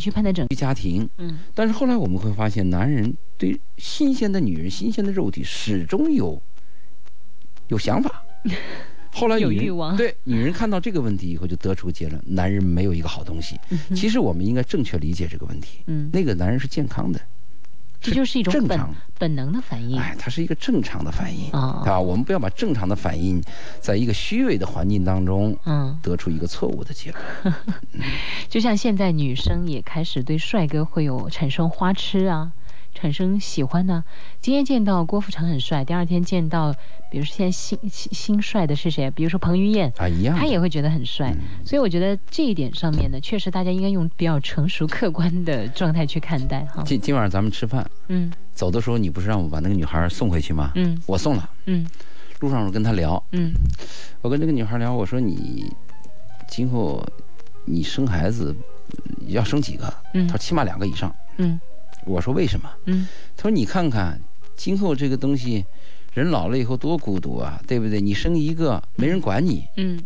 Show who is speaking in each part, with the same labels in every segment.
Speaker 1: 去判断整
Speaker 2: 一家庭。
Speaker 1: 嗯
Speaker 2: 但是后来我们会发现，男人对新鲜的女人、新鲜的肉体始终有有 想法。后来女人
Speaker 1: 有欲望
Speaker 2: 对女人看到这个问题以后，就得出个结论：男人没有一个好东西。其实我们应该正确理解这个问题。
Speaker 1: 嗯，
Speaker 2: 那个男人是健康的，
Speaker 1: 这就是一种
Speaker 2: 正
Speaker 1: 本
Speaker 2: 常。
Speaker 1: 本能的反应。
Speaker 2: 哎，它是一个正常的反应
Speaker 1: 哦
Speaker 2: 啊！我们不要把正常的反应，在一个虚伪的环境当中
Speaker 1: 嗯，
Speaker 2: 得出一个错误的结论。
Speaker 1: 就像现在女生也开始对帅哥会有产生花痴啊，产生喜欢呐、今天见到郭富城很帅，第二天见到，比如说现在新新新帅的是谁？比如说彭于晏，
Speaker 2: 啊，一样的。
Speaker 1: 他也会觉得很帅。
Speaker 2: 嗯
Speaker 1: 所以我觉得这一点上面呢，确实大家应该用比较成熟客观的状态去看待哈。
Speaker 2: 今今晚上咱们吃饭，
Speaker 1: 嗯
Speaker 2: 走的时候你不是让我把那个女孩送回去吗？
Speaker 1: 嗯
Speaker 2: 我送了。
Speaker 1: 嗯
Speaker 2: 路上我跟她聊，
Speaker 1: 嗯
Speaker 2: 我跟这个女孩聊，我说你今后你生孩子嗯要生几个？
Speaker 1: 嗯
Speaker 2: 她说起码两个以上。
Speaker 1: 嗯
Speaker 2: 我说为什么？
Speaker 1: 嗯
Speaker 2: 她说你看看今后这个东西，人老了以后多孤独啊，对不对？你生一个没人管你。
Speaker 1: 嗯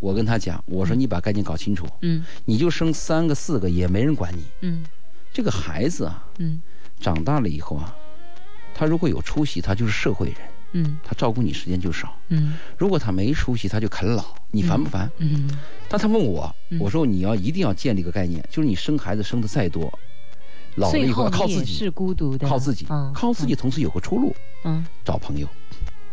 Speaker 2: 我跟她讲，我说你把概念搞清楚，
Speaker 1: 嗯
Speaker 2: 你就生三个四个也没人管你。
Speaker 1: 嗯
Speaker 2: 这个孩子啊，
Speaker 1: 嗯
Speaker 2: 长大了以后啊，他如果有出息，他就是社会人，
Speaker 1: 嗯
Speaker 2: 他照顾你时间就少；
Speaker 1: 嗯
Speaker 2: 如果他没出息，他就啃老。你烦不烦？
Speaker 1: 嗯
Speaker 2: 但他问我
Speaker 1: 嗯，
Speaker 2: 我说你要一定要建立一个概念，就是你生孩子生的再多，老了
Speaker 1: 最
Speaker 2: 以
Speaker 1: 后
Speaker 2: 后要靠
Speaker 1: 你
Speaker 2: 自
Speaker 1: 也
Speaker 2: 己
Speaker 1: 是，孤独的，
Speaker 2: 靠自己
Speaker 1: 嗯，，
Speaker 2: 靠自己，同时有个出路，
Speaker 1: 嗯，嗯
Speaker 2: 找朋友。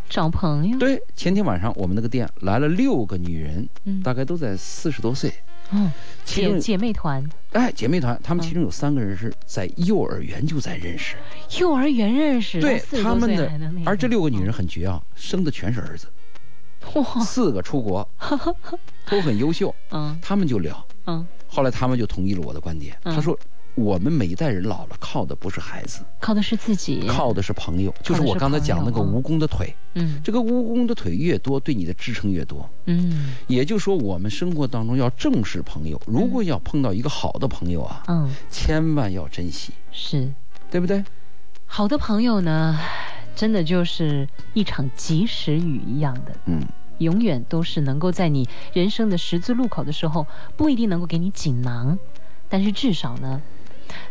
Speaker 1: 找朋友，，
Speaker 2: 对，前天晚上我们那个店来了六个女人，
Speaker 1: 嗯，
Speaker 2: 大概都在四十多岁，
Speaker 1: 嗯，
Speaker 2: 其
Speaker 1: 姐
Speaker 2: 中
Speaker 1: 姐妹团，
Speaker 2: 哎姐妹团，她
Speaker 1: 嗯
Speaker 2: 们其中有三个人是在幼儿园就在认识，
Speaker 1: 幼儿园认识，
Speaker 2: 对
Speaker 1: 到40
Speaker 2: 她
Speaker 1: 多
Speaker 2: 们
Speaker 1: 岁
Speaker 2: 的
Speaker 1: 还能那，个
Speaker 2: 而这六个女人，很绝啊，生的全是儿子，
Speaker 1: 哦哇，
Speaker 2: 四个 出国，都很优秀，
Speaker 1: 嗯
Speaker 2: 她们就聊，
Speaker 1: 嗯，
Speaker 2: 后来她们就同意了我的观点，
Speaker 1: 嗯
Speaker 2: 她说我们每一代人老了靠的不是孩子。
Speaker 1: 靠的是自己，，
Speaker 2: 靠的是朋友，就是
Speaker 1: 靠的
Speaker 2: 我
Speaker 1: 是
Speaker 2: 刚才
Speaker 1: 朋
Speaker 2: 讲
Speaker 1: 友
Speaker 2: 那个
Speaker 1: 嗯
Speaker 2: 蜈蚣的腿，
Speaker 1: 嗯
Speaker 2: 这个蜈蚣的腿越多，对你的支撑越多。
Speaker 1: 嗯
Speaker 2: 也就是说，我们生活当中要重视朋友，如果要碰到一个好的朋友啊，
Speaker 1: 嗯，
Speaker 2: 千万要珍惜，
Speaker 1: 是
Speaker 2: 对不对？
Speaker 1: 好的朋友呢，真的就是一场及时雨一样的。
Speaker 2: 嗯，
Speaker 1: 永远都是能够在你人生的十字路口的时候，不一定能够给你锦囊，但是至少呢，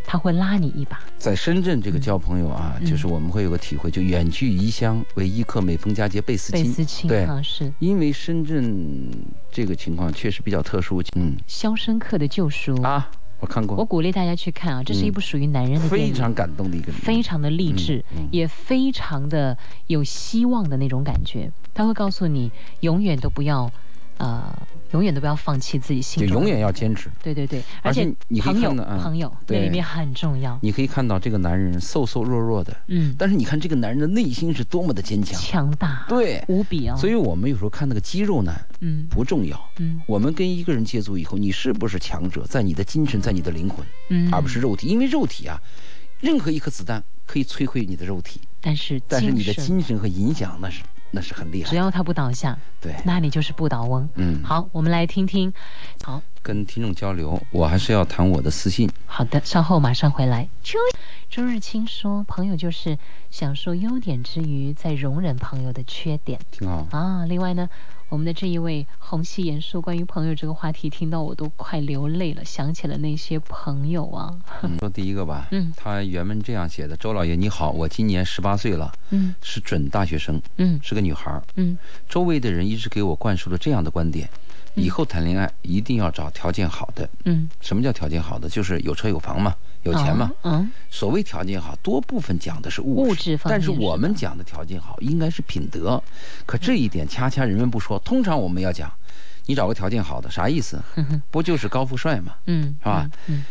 Speaker 1: 他会拉你一把。
Speaker 2: 在深圳这个交朋友啊，
Speaker 1: 嗯
Speaker 2: 就是我们会有个体会，就远距离乡为异客，每逢佳节倍思
Speaker 1: 贝
Speaker 2: 亲。
Speaker 1: 斯清
Speaker 2: 对
Speaker 1: 啊，是
Speaker 2: 因为深圳这个情况确实比较特殊，嗯
Speaker 1: 《肖申克的救赎》
Speaker 2: 啊，我看
Speaker 1: 我
Speaker 2: 过，
Speaker 1: 鼓励大家去看啊，这是一
Speaker 2: 嗯
Speaker 1: 部属于男人的电
Speaker 2: 非
Speaker 1: 影，
Speaker 2: 常感动的一个，
Speaker 1: 非常的励志，
Speaker 2: 嗯嗯
Speaker 1: 也非常的有希望的那种感觉。他会告诉你，永远都不要，呃，永远都不要放弃自己心
Speaker 2: 就
Speaker 1: 中的
Speaker 2: 永远要坚持。
Speaker 1: 对对对，
Speaker 2: 而且
Speaker 1: 且
Speaker 2: 你可以
Speaker 1: 朋友
Speaker 2: 看到啊
Speaker 1: 朋友那
Speaker 2: 对
Speaker 1: 里面很重要，
Speaker 2: 你可以看到这个男人瘦瘦弱弱的，
Speaker 1: 嗯，
Speaker 2: 但是你看这个男人的内心是多么的坚强，
Speaker 1: 强大
Speaker 2: 对，
Speaker 1: 无比啊，
Speaker 2: 所以我们有时候看那个肌肉男
Speaker 1: 嗯
Speaker 2: 不重要，
Speaker 1: 嗯
Speaker 2: 我们跟一个人接触以后，你是不是强者，在你的精神，在你的灵魂，
Speaker 1: 嗯，
Speaker 2: 而不是肉体，因为肉体啊，任何一颗子弹可以摧毁你的肉体，
Speaker 1: 但是
Speaker 2: 但是你的
Speaker 1: 神
Speaker 2: 精神和影响那是那是很厉害
Speaker 1: 只
Speaker 2: 的，
Speaker 1: 要他不倒下，
Speaker 2: 对，
Speaker 1: 那你就是不倒翁。
Speaker 2: 嗯，
Speaker 1: 好，我们来听听。好
Speaker 2: 跟听众交流，我还是要谈我的私信，
Speaker 1: 好的，稍后马上回来。周日清说，朋友就是享受优点之余，在容忍朋友的缺点
Speaker 2: 挺好，
Speaker 1: 啊。另外呢，我们的这一位红夕颜说，关于朋友这个话题，听到我都快流泪了，想起了那些朋友啊。
Speaker 2: 嗯说第一个吧，
Speaker 1: 嗯
Speaker 2: 他原文这样写的：周老爷你好，我今年十八岁了，
Speaker 1: 嗯
Speaker 2: 是准大学生，
Speaker 1: 嗯
Speaker 2: 是个女孩儿。
Speaker 1: 嗯
Speaker 2: 周围的人一直给我灌输了这样的观点：
Speaker 1: 嗯
Speaker 2: 以后谈恋爱一定要找条件好的。
Speaker 1: 嗯，
Speaker 2: 什么叫条件好的？就是有车有房嘛，有钱嘛。
Speaker 1: 啊？嗯，
Speaker 2: 所谓条件好，多部分讲的是物质，
Speaker 1: 物质方面
Speaker 2: 但是
Speaker 1: 是吧
Speaker 2: 我们讲的条件好应该是品德。可这一点恰恰人们不说，通常我们要讲，你找个条件好的啥意思？
Speaker 1: 哼哼
Speaker 2: 不就是高富帅吗？
Speaker 1: 嗯，
Speaker 2: 是吧
Speaker 1: 嗯？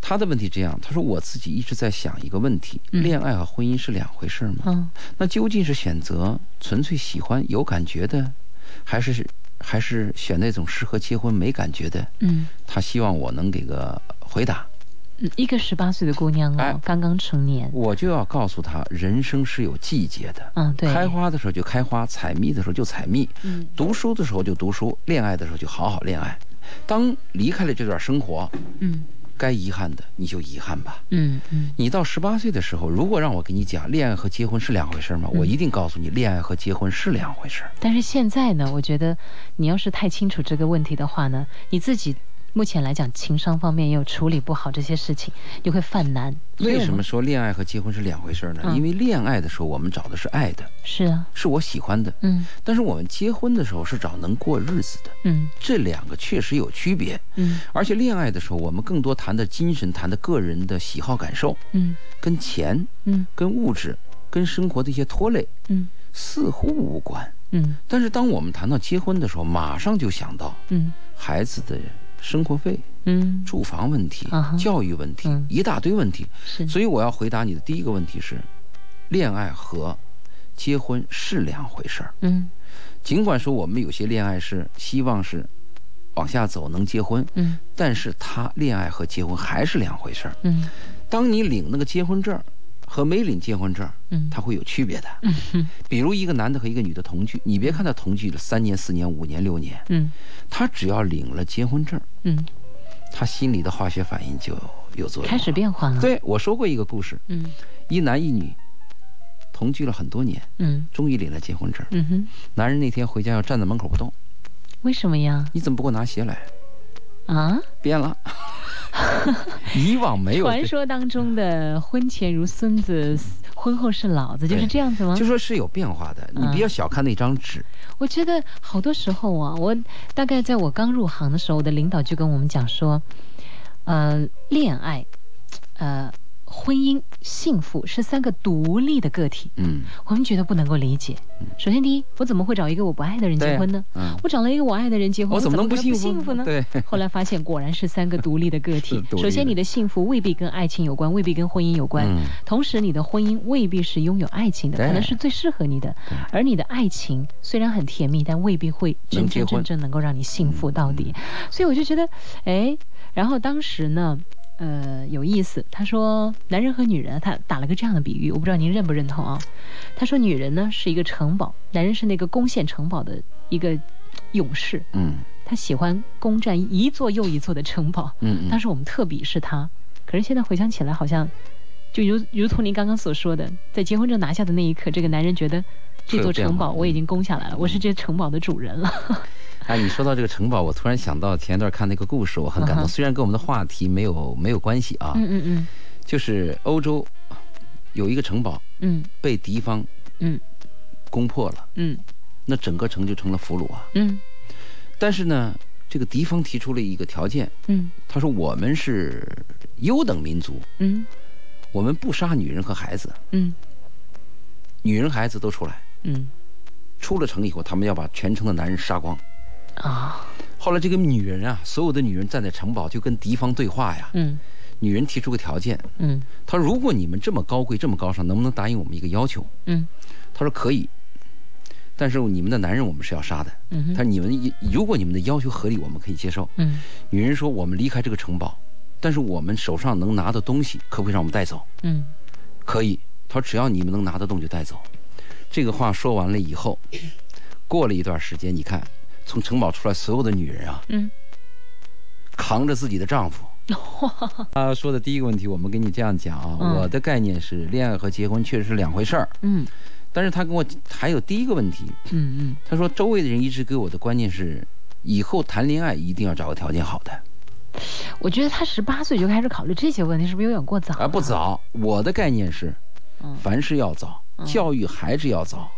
Speaker 2: 他的问题这样，他说我自己一直在想一个问题：
Speaker 1: 嗯
Speaker 2: 恋爱和婚姻是两回事儿吗？
Speaker 1: 嗯
Speaker 2: 那究竟是选择纯粹喜欢有感觉的，还是还是选那种适合结婚没感觉的？
Speaker 1: 嗯
Speaker 2: 他希望我能给个回答。
Speaker 1: 嗯，一个十八岁的姑娘哦
Speaker 2: 哎，
Speaker 1: 刚刚成年。
Speaker 2: 我就要告诉他，人生是有季节的。
Speaker 1: 嗯，对。
Speaker 2: 开花的时候就开花，采蜜的时候就采蜜，
Speaker 1: 嗯
Speaker 2: 读书的时候就读书，恋爱的时候就好好恋爱。当离开了这段生活，
Speaker 1: 嗯
Speaker 2: 该遗憾的你就遗憾吧。
Speaker 1: 嗯嗯
Speaker 2: 你到十八岁的时候，如果让我给你讲恋爱和结婚是两回事吗？我一定告诉你，恋爱和结婚是两回事。
Speaker 1: 但是现在呢，我觉得你要是太清楚这个问题的话呢，你自己目前来讲，情商方面又处理不好这些事情，又会犯难。所以我
Speaker 2: 为
Speaker 1: 们
Speaker 2: 什么说恋爱和结婚是两回事儿呢？
Speaker 1: 嗯
Speaker 2: 因为恋爱的时候我们找的是爱的，
Speaker 1: 是啊，
Speaker 2: 是我喜欢的；
Speaker 1: 嗯
Speaker 2: 但是我们结婚的时候是找能过日子的，
Speaker 1: 嗯
Speaker 2: 这两个确实有区别。
Speaker 1: 嗯
Speaker 2: 而且恋爱的时候，我们更多谈的精神，谈的个人的喜好感受，
Speaker 1: 嗯
Speaker 2: 跟钱、
Speaker 1: 嗯
Speaker 2: 跟物质、跟生活的一些拖累
Speaker 1: 嗯
Speaker 2: 似乎无关。
Speaker 1: 嗯
Speaker 2: 但是当我们谈到结婚的时候，马上就想到
Speaker 1: 嗯
Speaker 2: 孩子的生活费、
Speaker 1: 嗯，
Speaker 2: 住房问题
Speaker 1: 啊哈、
Speaker 2: 教育问题
Speaker 1: 嗯，
Speaker 2: 一大堆问题。
Speaker 1: 是
Speaker 2: 所以我要回答你的第一个问题是，恋爱和结婚是两回事儿。
Speaker 1: 嗯
Speaker 2: 尽管说我们有些恋爱是希望是往下走能结婚，
Speaker 1: 嗯
Speaker 2: 但是他恋爱和结婚还是两回事儿。
Speaker 1: 嗯
Speaker 2: 当你领那个结婚证儿和没领结婚证儿，
Speaker 1: 嗯，
Speaker 2: 它会有区别的。
Speaker 1: 嗯哼
Speaker 2: 比如一个男的和一个女的同居，你别看他同居了三年、四年、五年、六年，
Speaker 1: 嗯
Speaker 2: 他只要领了结婚证儿，
Speaker 1: 嗯，
Speaker 2: 他心里的化学反应就有作用了。
Speaker 1: 开始变化了。，
Speaker 2: 对我说过一个故事，
Speaker 1: 嗯
Speaker 2: 一男一女同居了很多年，
Speaker 1: 嗯
Speaker 2: 终于领了结婚证儿。
Speaker 1: 嗯哼，
Speaker 2: 男人那天回家要站在门口不动，
Speaker 1: 为什么呀？
Speaker 2: 你怎么不给我拿鞋来？
Speaker 1: 啊，
Speaker 2: 变了，以往没有这
Speaker 1: 传说当中的婚前如孙子，婚后是老子，就是
Speaker 2: 对
Speaker 1: 这样子吗？
Speaker 2: 就说是有变化的，你
Speaker 1: 嗯
Speaker 2: 不要小看那张纸。
Speaker 1: 我觉得好多时候啊，我大概在我刚入行的时候，我的领导就跟我们讲说，呃，恋爱，呃，婚姻、幸福是三个独立的个体，
Speaker 2: 嗯，
Speaker 1: 我们觉得不能够理解。首先，第一，我怎么会找一个我不爱的人
Speaker 2: 对
Speaker 1: 结
Speaker 2: 呀
Speaker 1: 婚呢？
Speaker 2: 嗯，
Speaker 1: 我找了一个我爱的人结婚，
Speaker 2: 我哦怎么能
Speaker 1: 不
Speaker 2: 不幸
Speaker 1: 不
Speaker 2: 福
Speaker 1: 幸福呢？
Speaker 2: 对
Speaker 1: 后来发现，果然是三个独立的个体
Speaker 2: 是。独立
Speaker 1: 首先，
Speaker 2: 的
Speaker 1: 你的幸福未必跟爱情有关，未必跟婚姻有关。
Speaker 2: 嗯
Speaker 1: 同时，你的婚姻未必是拥有爱情的，
Speaker 2: 对
Speaker 1: 可能是最适合你的。而你的爱情虽然很甜蜜，但未必会真
Speaker 2: 能结
Speaker 1: 真
Speaker 2: 婚
Speaker 1: 正正能够让你幸福到底。
Speaker 2: 嗯
Speaker 1: 所以我就觉得，哎，然后当时呢。呃，有意思。他说，男人和女人，啊他打了个这样的比喻，我不知道您认不认同啊。他说，女人呢是一个城堡，男人是那个攻陷城堡的一个勇士，
Speaker 2: 嗯
Speaker 1: 他喜欢攻占一座又一座的城堡。
Speaker 2: 嗯
Speaker 1: 当
Speaker 2: 嗯，
Speaker 1: 时我们特鄙视他，可是现在回想起来，好像就如如同您刚刚所说的，在结婚证拿下的那一刻，这个男人觉得这座城堡我
Speaker 2: 嗯
Speaker 1: 已经攻下来了，我是这城堡的主人了。
Speaker 2: 哎，你说到这个城堡，我突然想到前一段看那个故事，我很感
Speaker 1: 嗯
Speaker 2: 动。
Speaker 1: 哼
Speaker 2: 虽然跟我们的话题没有没有关系啊，
Speaker 1: 嗯嗯嗯
Speaker 2: 就是欧洲有一个城堡
Speaker 1: 嗯
Speaker 2: 被敌方
Speaker 1: 嗯
Speaker 2: 攻破了，
Speaker 1: 嗯
Speaker 2: 那整个城就成了俘虏啊。
Speaker 1: 嗯
Speaker 2: 但是呢，这个敌方提出了一个条件，
Speaker 1: 嗯
Speaker 2: 他说我们是优等民族，
Speaker 1: 嗯
Speaker 2: 我们不杀女人和孩子，
Speaker 1: 嗯
Speaker 2: 女人孩子都出来。
Speaker 1: 嗯
Speaker 2: 出了城以后，他们要把全城的男人杀光。
Speaker 1: 啊
Speaker 2: 后来这个女人啊，所有的女人站在城堡就跟敌方对话呀。
Speaker 1: 嗯
Speaker 2: 女人提出个条件，
Speaker 1: 嗯
Speaker 2: 她说：“如果你们这么高贵、这么高尚，能不能答应我们一个要求
Speaker 1: 嗯？”
Speaker 2: 她说：“可以。”但是你们的男人我们是要杀的。
Speaker 1: 嗯
Speaker 2: 她说：“
Speaker 1: 哼
Speaker 2: 你们一如果你们的要求合理，我们可以接受。
Speaker 1: 嗯”
Speaker 2: 女人说：“我们离开这个城堡，但是我们手上能拿的东西，可不可以让我们带走？”
Speaker 1: 嗯
Speaker 2: 可以。他说只要你们能拿得动就带走。这个话说完了以后，过了一段时间，你看从城堡出来所有的女人啊，
Speaker 1: 嗯，
Speaker 2: 扛着自己的 丈夫。他说的第一个问题，我们跟你这样讲啊，
Speaker 1: 嗯
Speaker 2: 我的概念是恋爱和结婚确实是两回事儿。
Speaker 1: 嗯
Speaker 2: 但是他跟我还有第一个问题，
Speaker 1: 嗯
Speaker 2: 他说周围的人一直给我的观念是，以后谈恋爱一定要找个条件好的。
Speaker 1: 嗯，我觉得他十八岁就开始考虑这些问题，是不是有点过早
Speaker 2: 啊，不
Speaker 1: 了，
Speaker 2: 早。我的概念是，
Speaker 1: 嗯
Speaker 2: 凡事要早，
Speaker 1: 嗯
Speaker 2: 教育还是要早，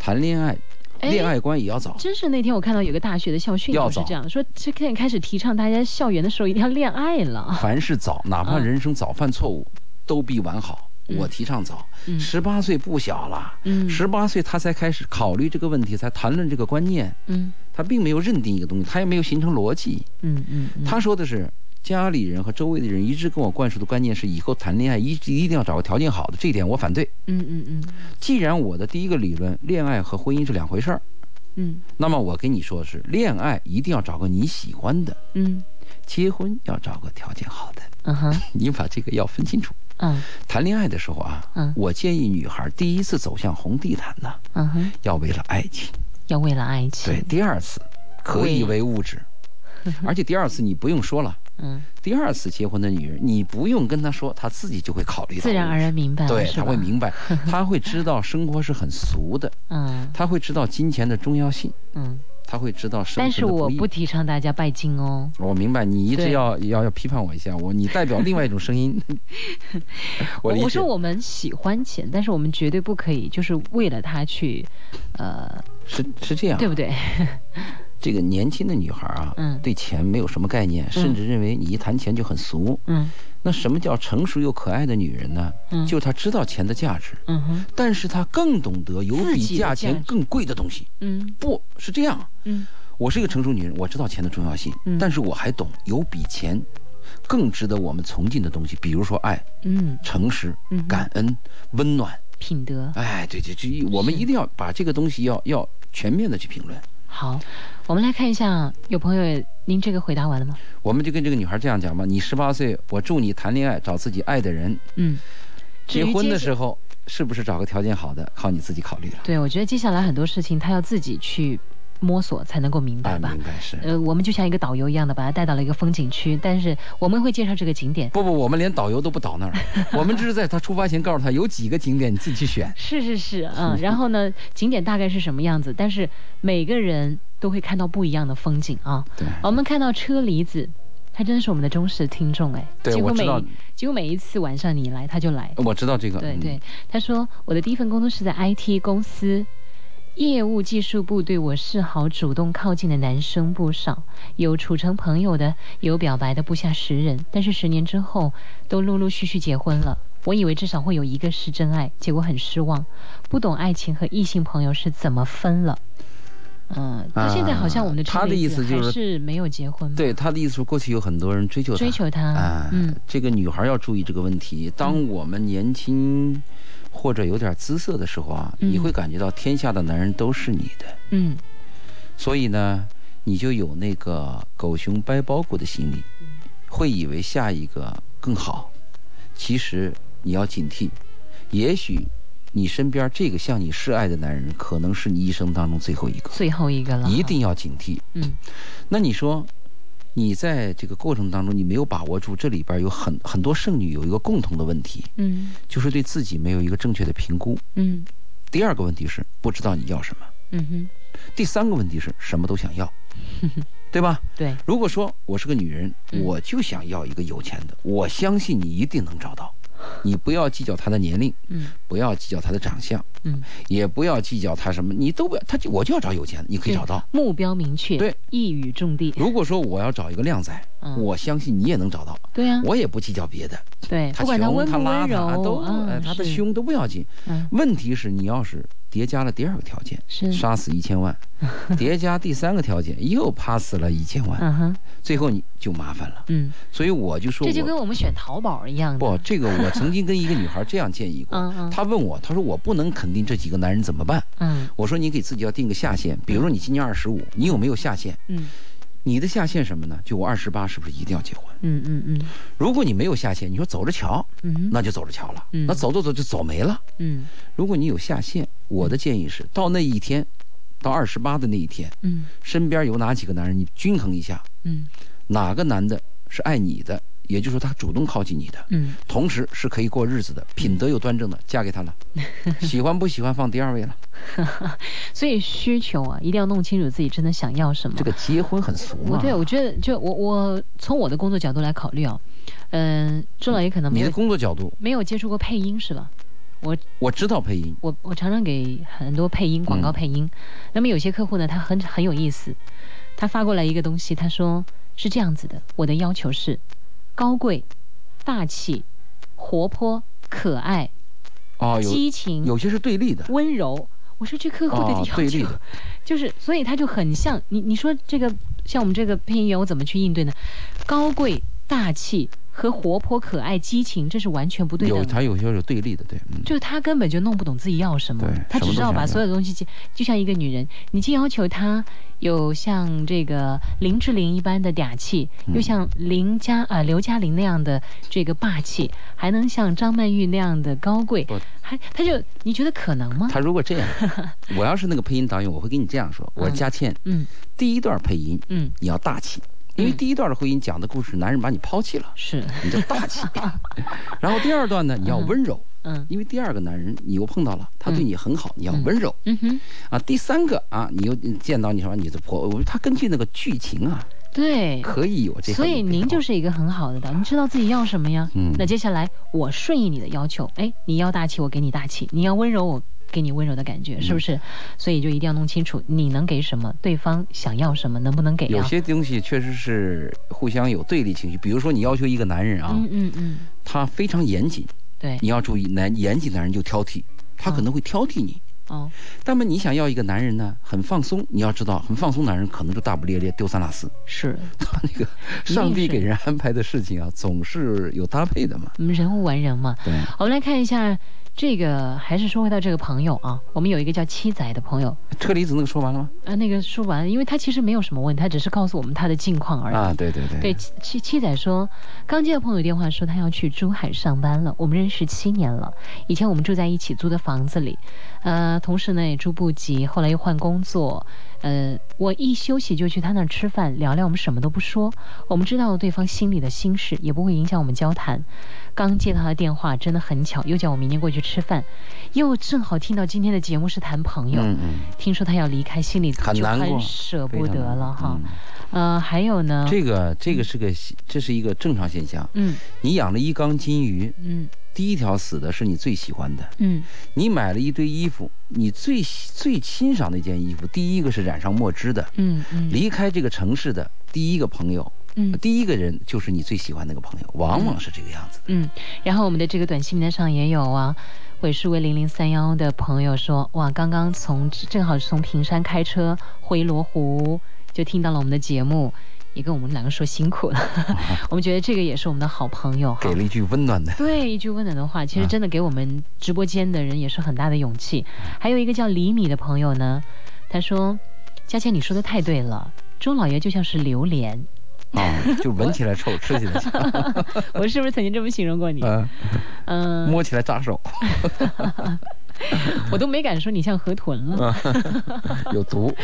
Speaker 2: 谈恋爱，
Speaker 1: 哎
Speaker 2: 恋爱观也要早。
Speaker 1: 真是那天我看到有个大学的校训
Speaker 2: 要
Speaker 1: 就是
Speaker 2: 早
Speaker 1: 这样说，这开开始提倡大家校园的时候一定要恋爱了。
Speaker 2: 凡事早，哪怕
Speaker 1: 嗯
Speaker 2: 人生早犯错误，都必完好。
Speaker 1: 嗯
Speaker 2: 我提倡早，
Speaker 1: 嗯
Speaker 2: 十八岁不小了，
Speaker 1: 嗯
Speaker 2: 十八岁他才开始考虑这个问题，才谈论这个观念，
Speaker 1: 嗯
Speaker 2: 他并没有认定一个东西，他也没有形成逻辑。
Speaker 1: 嗯嗯嗯，
Speaker 2: 他说的是，家里人和周围的人一直跟我灌输的观念是，以后谈恋爱一一定要找个条件好的，这一点我反对。
Speaker 1: 嗯嗯嗯
Speaker 2: 既然我的第一个理论，恋爱和婚姻是两回事儿，
Speaker 1: 嗯
Speaker 2: 那么我跟你说的是，恋爱一定要找个你喜欢的，
Speaker 1: 嗯
Speaker 2: 结婚要找个条件好的。
Speaker 1: 嗯哼
Speaker 2: 你把这个要分清楚。
Speaker 1: 嗯
Speaker 2: 谈恋爱的时候啊，
Speaker 1: 嗯
Speaker 2: 我建议女孩第一次走向红地毯呢，
Speaker 1: 嗯哼，
Speaker 2: 要为了爱情；
Speaker 1: 要为了爱情。
Speaker 2: 对，，第二次可以为物质，而且第二次你不用说了，
Speaker 1: 嗯，
Speaker 2: 第二次结婚的女人，你不用跟她说，她自己就会考虑到，
Speaker 1: 自然而然。明白了，
Speaker 2: 对，
Speaker 1: 是
Speaker 2: 她
Speaker 1: 吧？
Speaker 2: 会明白，她会知道生活是很俗的，
Speaker 1: 嗯
Speaker 2: 她会知道金钱的重要性，
Speaker 1: 嗯
Speaker 2: 他会知道生
Speaker 1: 但是
Speaker 2: 存的
Speaker 1: 我
Speaker 2: 易
Speaker 1: 不。提倡大家拜金哦。
Speaker 2: 我明白，你一直
Speaker 1: 对
Speaker 2: 要要要批判我一下，我你代表另外一种声 音，我理解。
Speaker 1: 我说我们喜欢钱，但是我们绝对不可以就是为了它去，呃，
Speaker 2: 是是这样，
Speaker 1: 对不对？
Speaker 2: 这个年轻的女孩啊，
Speaker 1: 嗯
Speaker 2: 对钱没有什么概念，甚至认为你一谈钱就很俗。
Speaker 1: 嗯
Speaker 2: 那什么叫成熟又可爱的女人呢？
Speaker 1: 嗯
Speaker 2: 就是她知道钱的价值，
Speaker 1: 嗯哼
Speaker 2: 但是她更懂得有
Speaker 1: 自
Speaker 2: 比
Speaker 1: 己的
Speaker 2: 价
Speaker 1: 价
Speaker 2: 钱
Speaker 1: 值
Speaker 2: 更贵的东西。
Speaker 1: 嗯
Speaker 2: 不是这样，啊
Speaker 1: 嗯
Speaker 2: 我是一个成熟女人，我知道钱的重要性，
Speaker 1: 嗯
Speaker 2: 但是我还懂有比钱更值得我们崇敬的东西，比如说爱、
Speaker 1: 嗯，
Speaker 2: 诚实
Speaker 1: 嗯哼、
Speaker 2: 感恩、温暖。
Speaker 1: 品德
Speaker 2: 哎，对对，这一我们
Speaker 1: 是
Speaker 2: 一定要把这个东西要要全面的去评论。
Speaker 1: 好。我们来看一下，有朋友，您这个回答完了吗？
Speaker 2: 我们就跟这个女孩这样讲吧：你十八岁，我祝你谈恋爱，找自己爱的人。
Speaker 1: 嗯，至
Speaker 2: 结
Speaker 1: 于
Speaker 2: 婚的
Speaker 1: 接
Speaker 2: 时候，是不是找个条件好的，靠你自己考虑了。
Speaker 1: 对，我觉得接下来很多事情他要自己去摸索才能够明
Speaker 2: 哎，
Speaker 1: 白吧
Speaker 2: 明。白是。
Speaker 1: 呃，我们就像一个导游一样的，把他带到了一个风景区，但是我们会介绍这个景点。
Speaker 2: 不不，我们连导游都不 导那儿，我们只是在他出发前告诉他有几个景点，你自己去选。
Speaker 1: 是是 是，嗯，然后呢，景点大概是什么样子？但是每个人都会看到不一样的风景啊。
Speaker 2: 对，
Speaker 1: 我们看到车厘子，他真的是我们的忠实听众哎，
Speaker 2: 对
Speaker 1: 几乎
Speaker 2: 我知
Speaker 1: 每
Speaker 2: 道
Speaker 1: 几乎每一次晚上你来他就来，
Speaker 2: 我知道这个。
Speaker 1: 对
Speaker 2: 嗯
Speaker 1: 对，他说我的第一份工作是在 IT 公司，业务技术部对我示好、主动靠近的男生不少，有处成朋友的，有表白的不下十人。但是十年之后，都陆陆续续结婚了。我以为至少会有一个是真爱，结果很失望，不懂爱情和异性朋友是怎么分了。嗯，到现在好像我们的
Speaker 2: 啊
Speaker 1: 车
Speaker 2: 他的
Speaker 1: 厘
Speaker 2: 意
Speaker 1: 子
Speaker 2: 思就
Speaker 1: 还
Speaker 2: 是
Speaker 1: 是没有结婚吧，
Speaker 2: 对，他的意思是过去有很多人追求他。
Speaker 1: 追求他，
Speaker 2: 啊，
Speaker 1: 嗯，
Speaker 2: 这个女孩要注意这个问题。当我们年轻或者有点姿色的时候啊，
Speaker 1: 嗯
Speaker 2: 你会感觉到天下的男人都是你的，
Speaker 1: 嗯，
Speaker 2: 所以呢，你就有那个狗熊掰包谷的心理，
Speaker 1: 嗯
Speaker 2: 会以为下一个更好。其实你要警惕，也许你身边这个向你示爱的男人，可能是你一生当中最后一个，
Speaker 1: 最后一个了，
Speaker 2: 一，定要警惕。
Speaker 1: 嗯
Speaker 2: 那你说，你在这个过程当中，你没有把握住这里边有很很多剩女有一个共同的问题，
Speaker 1: 嗯
Speaker 2: 就是对自己没有一个正确的评估。
Speaker 1: 嗯
Speaker 2: 第二个问题是不知道你要什么，
Speaker 1: 嗯哼，
Speaker 2: 第三个问题是什么都想要，对吧？
Speaker 1: 对。
Speaker 2: 如果说我是个女人，
Speaker 1: 嗯
Speaker 2: 我就想要一个有钱的，我相信你一定能找到。你不要计较他的年龄，
Speaker 1: 嗯
Speaker 2: 不要计较他的长相，
Speaker 1: 嗯，
Speaker 2: 也不要计较他什么，你都不要，他就我就要找有钱的，你可以找到。
Speaker 1: 目标明确，
Speaker 2: 对，
Speaker 1: 一语中的。
Speaker 2: 如果说我要找一个靓仔，
Speaker 1: 嗯
Speaker 2: 我相信你也能找到。
Speaker 1: 对啊，
Speaker 2: 我也不计较别的，
Speaker 1: 对，
Speaker 2: 他
Speaker 1: 不管
Speaker 2: 穷，
Speaker 1: 温
Speaker 2: 他
Speaker 1: 不温
Speaker 2: 邋
Speaker 1: 柔，
Speaker 2: 遢，啊都
Speaker 1: 嗯
Speaker 2: 哎，他的
Speaker 1: 是，
Speaker 2: 胸都不要紧。
Speaker 1: 嗯，
Speaker 2: 问题是你要是叠加了第二个条件，
Speaker 1: 是，
Speaker 2: 杀死一千 万，叠加第三个条件又 pass 了一千万，
Speaker 1: 嗯哼，
Speaker 2: 最后你就麻烦了。
Speaker 1: 嗯，
Speaker 2: 所以我就说
Speaker 1: 这就跟
Speaker 2: 我。
Speaker 1: 我们选淘宝一样的，
Speaker 2: 不，这个我曾经跟一个女孩这样建议过
Speaker 1: 嗯 嗯，
Speaker 2: 她问我，她说我不能肯定这几个男人怎么办。
Speaker 1: 嗯
Speaker 2: 我说你给自己要定个下限，比如说你今年二十五，你有没有下限？
Speaker 1: 嗯
Speaker 2: 你的下限什么呢？就我二十八是不是一定要结婚？
Speaker 1: 嗯嗯嗯
Speaker 2: 如果你没有下限，你说走着瞧，
Speaker 1: 嗯
Speaker 2: 那就走着瞧了。
Speaker 1: 嗯
Speaker 2: 那走走走就走没了。
Speaker 1: 嗯
Speaker 2: 如果你有下限，我的建议是到那一天，到二十八的那一天，
Speaker 1: 嗯
Speaker 2: 身边有哪几个男人，你均衡一下，
Speaker 1: 嗯
Speaker 2: 哪个男的是爱你的，也就是说他主动靠近你的，
Speaker 1: 嗯，
Speaker 2: 同时是可以过日子的，品德又端正的，嫁给他 了。喜欢不喜欢放第二位了。
Speaker 1: 所以需求啊，一定要弄清楚自己真的想要什么
Speaker 2: 这。个结婚很俗
Speaker 1: 我
Speaker 2: 嘛。
Speaker 1: 对我觉得，就我我从我的工作角度来考虑啊，嗯，周老爷可能没
Speaker 2: 你的
Speaker 1: 有
Speaker 2: 工作角度，
Speaker 1: 没有接触过配音是吧？
Speaker 2: 我知道配音，
Speaker 1: 我我常常给很多配音
Speaker 2: 嗯
Speaker 1: 广告配音，那么有些客户呢，他很很有意思，他发过来一个东西，他说是这样子的，我的要求是高贵、大气、活泼、可爱、
Speaker 2: 哦，有
Speaker 1: 激情、
Speaker 2: 有些是对立的。
Speaker 1: 温柔。我说这客户的要
Speaker 2: 哦
Speaker 1: 求、
Speaker 2: 对立的
Speaker 1: 就是，所以他就很像你你说这个像我们这个配音员，我怎么去应对呢？高贵、大气和活泼、可爱、激情，这是完全不对等
Speaker 2: 有
Speaker 1: 的。
Speaker 2: 他有些是对立的，对，嗯，
Speaker 1: 就是他根本就弄不懂自己要什么
Speaker 2: 对，
Speaker 1: 他只知道把
Speaker 2: 什么都想要
Speaker 1: 所有的东西接，就像一个女人，你既要求她有像这个林志玲一般的嗲气，
Speaker 2: 嗯
Speaker 1: 又像林嘉啊、刘嘉玲那样的这个霸气，还能像张曼玉那样的高贵
Speaker 2: 不，
Speaker 1: 还他就你觉得可能吗？
Speaker 2: 他如果 这样，我要是那个配音导演，我会跟你这样说：我说佳倩，
Speaker 1: 嗯
Speaker 2: 第一段配音
Speaker 1: 嗯，
Speaker 2: 你要大气，因为
Speaker 1: 嗯
Speaker 2: 第一段的配音讲的故事，男人把你抛弃了，
Speaker 1: 是，
Speaker 2: 你就大气；然后第二段呢，你要温柔，
Speaker 1: 嗯
Speaker 2: 因为第二个男人你又碰到了，他对
Speaker 1: 嗯
Speaker 2: 你很好，你要
Speaker 1: 嗯
Speaker 2: 温柔
Speaker 1: 嗯哼，
Speaker 2: 啊。第三个啊，你又见到你什么你的婆，我他根据那个剧情啊，
Speaker 1: 对。
Speaker 2: 可以有这方
Speaker 1: 嗯所以
Speaker 2: 面配
Speaker 1: 您
Speaker 2: 套
Speaker 1: 就是一个很好的导，您知道自己要什么呀？
Speaker 2: 嗯
Speaker 1: 那接下来我顺应你的要求，哎，你要大气我给你大气，你要温柔我给你温柔的感觉，是不
Speaker 2: 嗯
Speaker 1: 是？所以就一定要弄清楚你能给什么，对方想要什么，能不能给
Speaker 2: 有
Speaker 1: 啊？
Speaker 2: 些东西确实是互相有对立情绪，比如说你要求一个男人啊，
Speaker 1: 嗯嗯嗯，
Speaker 2: 他非常严谨，
Speaker 1: 对嗯
Speaker 2: 你，要注意，男严谨的男人就挑剔，他可能会挑剔你。
Speaker 1: 哦，
Speaker 2: 那么你想要一个男人呢，很放松，你要知道，很放松男人可能就大不列列、丢三 落四。
Speaker 1: 是，
Speaker 2: 他那个
Speaker 1: 是
Speaker 2: 上帝给人安排的事情啊，总是有搭配的嘛。
Speaker 1: 嗯，人无完人嘛。
Speaker 2: 对，
Speaker 1: 我们来看一下这个，还是说回到这个朋友啊，我们有一个叫七仔的朋友，
Speaker 2: 车厘子那个说完了吗？
Speaker 1: 呃，那个说完，因为他其实没有什么问题，他只是告诉我们他的近况而已。
Speaker 2: 啊，对对对，
Speaker 1: 哎对，七七七仔说，刚接到朋友电话说他要去珠海上班了。我们认识七年了，以前我们住在一起租的房子里，呃，同事呢也住不及，后来又换工作。呃，我一休息就去他那儿吃饭，聊聊我们什么都不说，我们知道对方心里的心事，也不会影响我们交谈。刚接到他的电话，真的很巧，又叫我明天过去吃饭，又正好听到今天的节目是谈朋友，
Speaker 2: 嗯嗯，
Speaker 1: 听说他要离开，心里就
Speaker 2: 很难过
Speaker 1: 很舍不
Speaker 2: 非常
Speaker 1: 得
Speaker 2: 难
Speaker 1: 了哈。
Speaker 2: 嗯
Speaker 1: 呃，还有呢，
Speaker 2: 这个这个是个这是一个正常现象。
Speaker 1: 嗯
Speaker 2: 你养了一缸金鱼，
Speaker 1: 嗯
Speaker 2: 第一条死的是你最喜欢的，
Speaker 1: 嗯
Speaker 2: 你买了一堆衣服，你最喜最欣赏的一件衣服，第一个是染上墨汁的，
Speaker 1: 嗯嗯，
Speaker 2: 离开这个城市的第一个朋友，
Speaker 1: 嗯
Speaker 2: 第一个人就是你最喜欢那个朋友，往往是这个样子的。
Speaker 1: 嗯，然后我们的这个短信平台上也有啊。尾数为零零三幺的朋友说，哇，刚刚从正好是从平山开车回罗湖，就听到了我们的节目，也跟我们两个说辛苦了。 我们觉得这个也是我们的好朋友哈
Speaker 2: 啊 给。了一句 温暖的，
Speaker 1: 对，一句温暖的话，其实
Speaker 2: 啊
Speaker 1: 真的给我们直播间的人也是很大的勇气。嗯还有一个叫李米的朋友呢，他说：“佳倩，你说的太对了，钟老爷就像是榴莲，
Speaker 2: 啊，就闻起来臭，吃起来香，
Speaker 1: 我是不是曾经这么形容过你？
Speaker 2: 嗯、
Speaker 1: 嗯，
Speaker 2: 摸起来扎 手，
Speaker 1: 我都没敢说你像河豚
Speaker 2: 嗯
Speaker 1: 了，
Speaker 2: 有毒。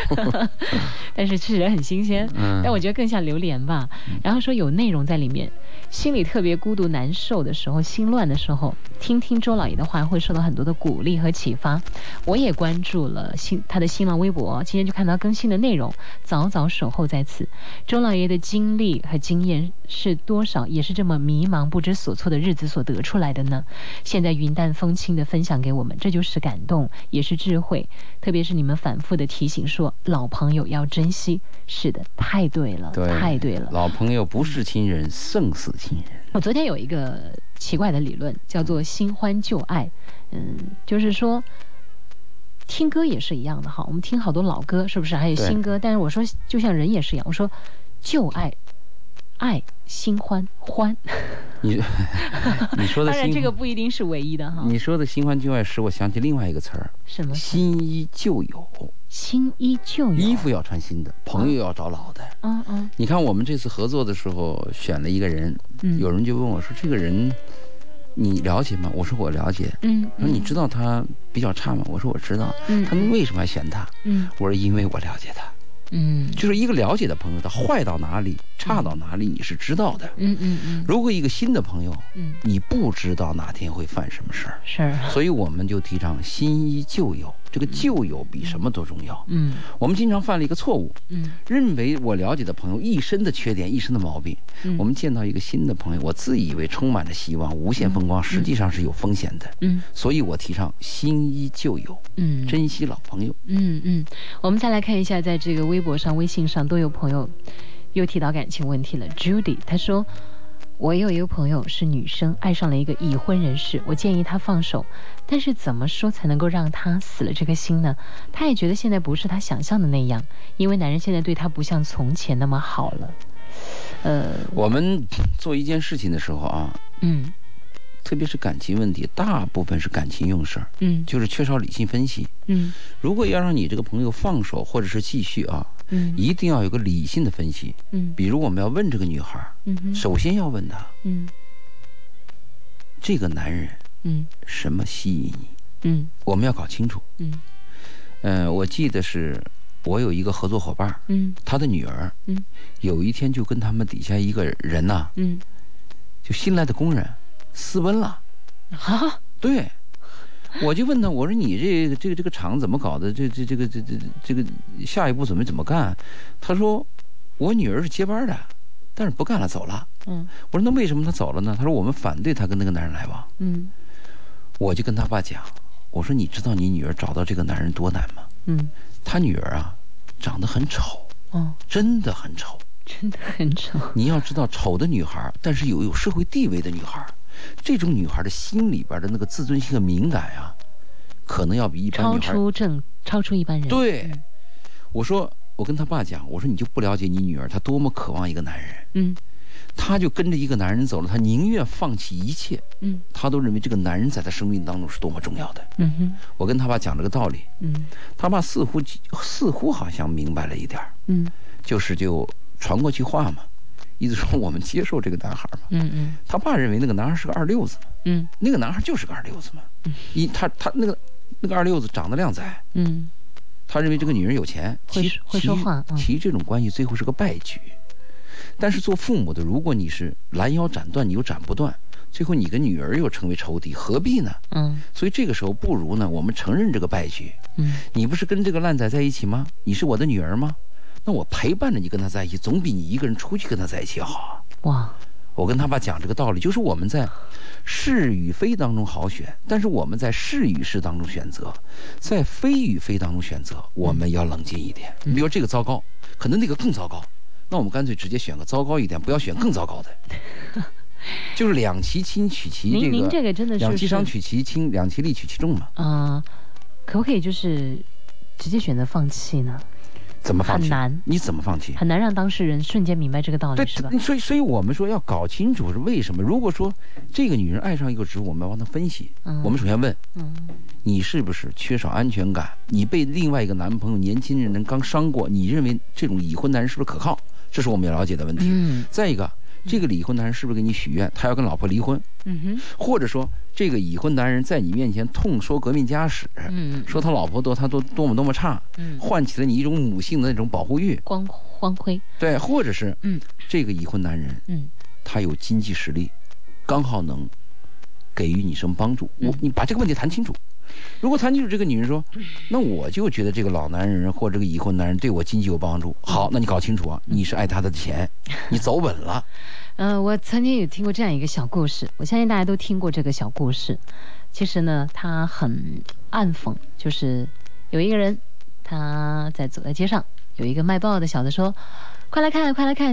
Speaker 1: 但是吃起来很新鲜。
Speaker 2: 嗯
Speaker 1: 但我觉得更像榴莲吧。然后说有内容在里面，心里特别孤独、难受的时候、心乱的时候，听听周老爷的话，会受到很多的鼓励和启发。我也关注了新他的新浪微博，今天就看到更新的内容，早早守候在此。周老爷的经历和经验是多少，也是这么迷茫不知所措的日子所得出来的呢？现在云淡风轻的分享给我们，这就是感动，也是智慧。特别是你们反复的提醒说，老朋友要珍惜。是的，太对了，
Speaker 2: 对，
Speaker 1: 太对了。
Speaker 2: 老朋友不是亲人，胜似亲人。
Speaker 1: 我昨天有一个奇怪的理论，叫
Speaker 2: 嗯
Speaker 1: 做新欢旧爱。嗯，就是说，听歌也是一样的哈。我们听好多老歌，是不是？还有
Speaker 2: 对
Speaker 1: 新歌，但是我说，就像人也是一样，我说旧爱、爱、新欢、欢。
Speaker 2: 你你说的
Speaker 1: 当然，
Speaker 2: 新，嗯
Speaker 1: 这个不嗯一定是唯一的哈。
Speaker 2: 你说的新欢旧爱，使我想起另外一个词儿，
Speaker 1: 什么
Speaker 2: 新衣旧友。
Speaker 1: 嗯新依旧有
Speaker 2: 衣服要穿新的，朋友要找老的。
Speaker 1: 嗯嗯
Speaker 2: 你看我们这次合作的时候选了一个人，
Speaker 1: 嗯，
Speaker 2: 有人就问我说：“这个人你了解吗？”我说：“我了解。”
Speaker 1: 嗯，
Speaker 2: 他说：“你知
Speaker 1: 道
Speaker 2: 道他比较差吗？”我说：“我知道。”
Speaker 1: 嗯
Speaker 2: 他们为什么要选他？
Speaker 1: 嗯
Speaker 2: 我说：“因为我了解他。
Speaker 1: 嗯”
Speaker 2: 就是一个了解的朋友，他坏到哪里，差到哪里，你是知道的。
Speaker 1: 嗯嗯嗯
Speaker 2: 如果一个新的朋友，
Speaker 1: 嗯
Speaker 2: 你不知道哪天会犯什么事儿，
Speaker 1: 是
Speaker 2: 所以我们就提倡新衣旧友。这个旧友比什么都重要。
Speaker 1: 嗯
Speaker 2: 我们经常犯了一个错误，
Speaker 1: 嗯
Speaker 2: 认为我了解的朋友一身的缺点，一身的毛病。
Speaker 1: 嗯
Speaker 2: 我们见到一个新的朋友，我自以为充满着希望，无限风光，实际上是有风险的。
Speaker 1: 嗯
Speaker 2: 所以我提倡新衣旧友，
Speaker 1: 嗯
Speaker 2: 珍惜老朋友。
Speaker 1: 嗯嗯，我们再来看一下，在这个微博上、微信上都有朋友又提到感情问题了。Judy 她说。我有一个朋友是女生，爱上了一个已婚人士，我建议她放手，但是怎么说才能够让她死了这颗心呢？她也觉得现在不是她想象的那样，因为男人现在对她不像从前那么好了。呃，
Speaker 2: 我们做一件事情的时候啊，
Speaker 1: 嗯
Speaker 2: 特别是感情问题，大部分是感情用事儿，
Speaker 1: 嗯
Speaker 2: 就是缺少理性分析。
Speaker 1: 嗯
Speaker 2: 如果要让你这个朋友放手或者是继续啊，
Speaker 1: 嗯
Speaker 2: 一定要有个理性的分析。
Speaker 1: 嗯
Speaker 2: 比如我们要问这个女孩儿，
Speaker 1: 嗯 哼
Speaker 2: 首先要问她
Speaker 1: 嗯
Speaker 2: 这个男人
Speaker 1: 嗯
Speaker 2: 什么吸引你，
Speaker 1: 嗯
Speaker 2: 我们要搞清楚。
Speaker 1: 嗯
Speaker 2: 嗯，我记得是我有一个合作伙伴儿，
Speaker 1: 嗯
Speaker 2: 他的女儿
Speaker 1: 嗯
Speaker 2: 有一天就跟他们底下一个人呐、
Speaker 1: 嗯，
Speaker 2: 就新来的工人私奔了。
Speaker 1: 哈
Speaker 2: 对，我就问他，我说你这个这个这个厂怎么搞的？这这这个这这这个下一步准备怎么干？他说我女儿是接班的，但是不干了走了。
Speaker 1: 嗯
Speaker 2: 我说那为什么她走了呢？他说我们反对她跟那个男人来往。
Speaker 1: 嗯
Speaker 2: 我就跟他爸讲，我说你知道你女儿找到这个男人多难吗？
Speaker 1: 嗯，
Speaker 2: 他女儿啊，长得很丑，
Speaker 1: 哦，
Speaker 2: 真的很丑。
Speaker 1: 真的很丑。
Speaker 2: 你要知道，丑的女孩儿，但是有有社会地位的女孩儿，这种女孩儿的心里边儿的那个自尊心和敏感啊，可能要比一般
Speaker 1: 超
Speaker 2: 女孩儿。
Speaker 1: 出嗯正，超出一般人。
Speaker 2: 对，我说我跟他爸讲，我说你就不了解你女儿，她多么渴望一个男人，
Speaker 1: 嗯
Speaker 2: 她就跟着一个男人走了，她宁愿放弃一切，
Speaker 1: 嗯
Speaker 2: 她都认为这个男人在她生命当中是多么重要的。
Speaker 1: 嗯哼
Speaker 2: 我跟他爸讲这个道理，
Speaker 1: 嗯
Speaker 2: 他爸似乎似乎好像明白了一点儿，
Speaker 1: 嗯
Speaker 2: 就是就传过去话嘛，意思说我们接受这个男孩嘛。
Speaker 1: 嗯嗯
Speaker 2: 他爸认为那个男孩是个二六子嘛，
Speaker 1: 嗯
Speaker 2: 那个男孩就是个二六子嘛
Speaker 1: 嗯，
Speaker 2: 一他他那个那个二六子长得靓仔，
Speaker 1: 嗯
Speaker 2: 他认为这个女人有钱，
Speaker 1: 会
Speaker 2: 其
Speaker 1: 说会说话
Speaker 2: 其
Speaker 1: 嗯
Speaker 2: 其实这种关系最后是个败局。但是做父母的，如果你是拦腰斩断，你又斩不断，最后你跟女儿又成为仇敌，何必呢？
Speaker 1: 嗯
Speaker 2: 所以这个时候不如呢，我们承认这个败局。
Speaker 1: 嗯
Speaker 2: 你不是跟这个烂仔在一起吗？你是我的女儿吗？那我陪伴着你跟他在一起，总比你一个人出去跟他在一起好啊。
Speaker 1: 哇
Speaker 2: 我跟他爸讲这个道理，就是我们在是与非当中好选，但是我们在是与是当中选择，在非与非当中选择，我们要冷静一点。
Speaker 1: 嗯
Speaker 2: 你比如这个糟糕，可能那个更糟糕，那我们干脆直接选个糟糕一点，不要选更糟糕的。 就是两其轻取其
Speaker 1: 您
Speaker 2: 这
Speaker 1: 您这
Speaker 2: 个，
Speaker 1: 个真的是
Speaker 2: 两其伤
Speaker 1: 是
Speaker 2: 取其轻，两其利取其重嘛。
Speaker 1: 啊、可不可以就是直接选择放弃呢？
Speaker 2: 怎么放弃？
Speaker 1: 很难
Speaker 2: 你怎么放弃？
Speaker 1: 很难让当事人瞬间明白这个道理，
Speaker 2: 对，
Speaker 1: 是吧？
Speaker 2: 所以所以我们说要搞清楚是为什么。如果说这个女人爱上一个植物，我们要帮她分析。
Speaker 1: 嗯
Speaker 2: 我们首先问
Speaker 1: 嗯
Speaker 2: 你是不是缺少安全感？你被另外一个男朋友、年轻人刚伤过，你认为这种已婚男人是不是可靠？这是我们要了解的问题。
Speaker 1: 嗯
Speaker 2: 再一个，这个已婚男人是不是给你许愿，他要跟老婆离婚，
Speaker 1: 嗯哼
Speaker 2: 或者说这个已婚男人在你面前痛说革命家史，
Speaker 1: 嗯
Speaker 2: 说他老婆多他多多么多么差，
Speaker 1: 嗯
Speaker 2: 唤起了你一种母性的那种保护欲，
Speaker 1: 光光辉
Speaker 2: 对，或者是
Speaker 1: 嗯
Speaker 2: 这个已婚男人
Speaker 1: 嗯
Speaker 2: 他有经济实力，刚好能给予你什么帮助。我
Speaker 1: 嗯
Speaker 2: 你把这个问题谈清楚。如果谈清楚，这个女人说，那我就觉得这个老男人或者这个已婚男人对我经济有帮助。好，那你搞清楚啊，
Speaker 1: 嗯
Speaker 2: 你是爱他的钱，你走稳了。
Speaker 1: 呃，我曾经有听过这样一个小故事，我相信大家都听过这个小故事。其实呢，它很暗讽，就是有一个人他在走在街上，有一个卖报的小子说：“快来看，快来看！”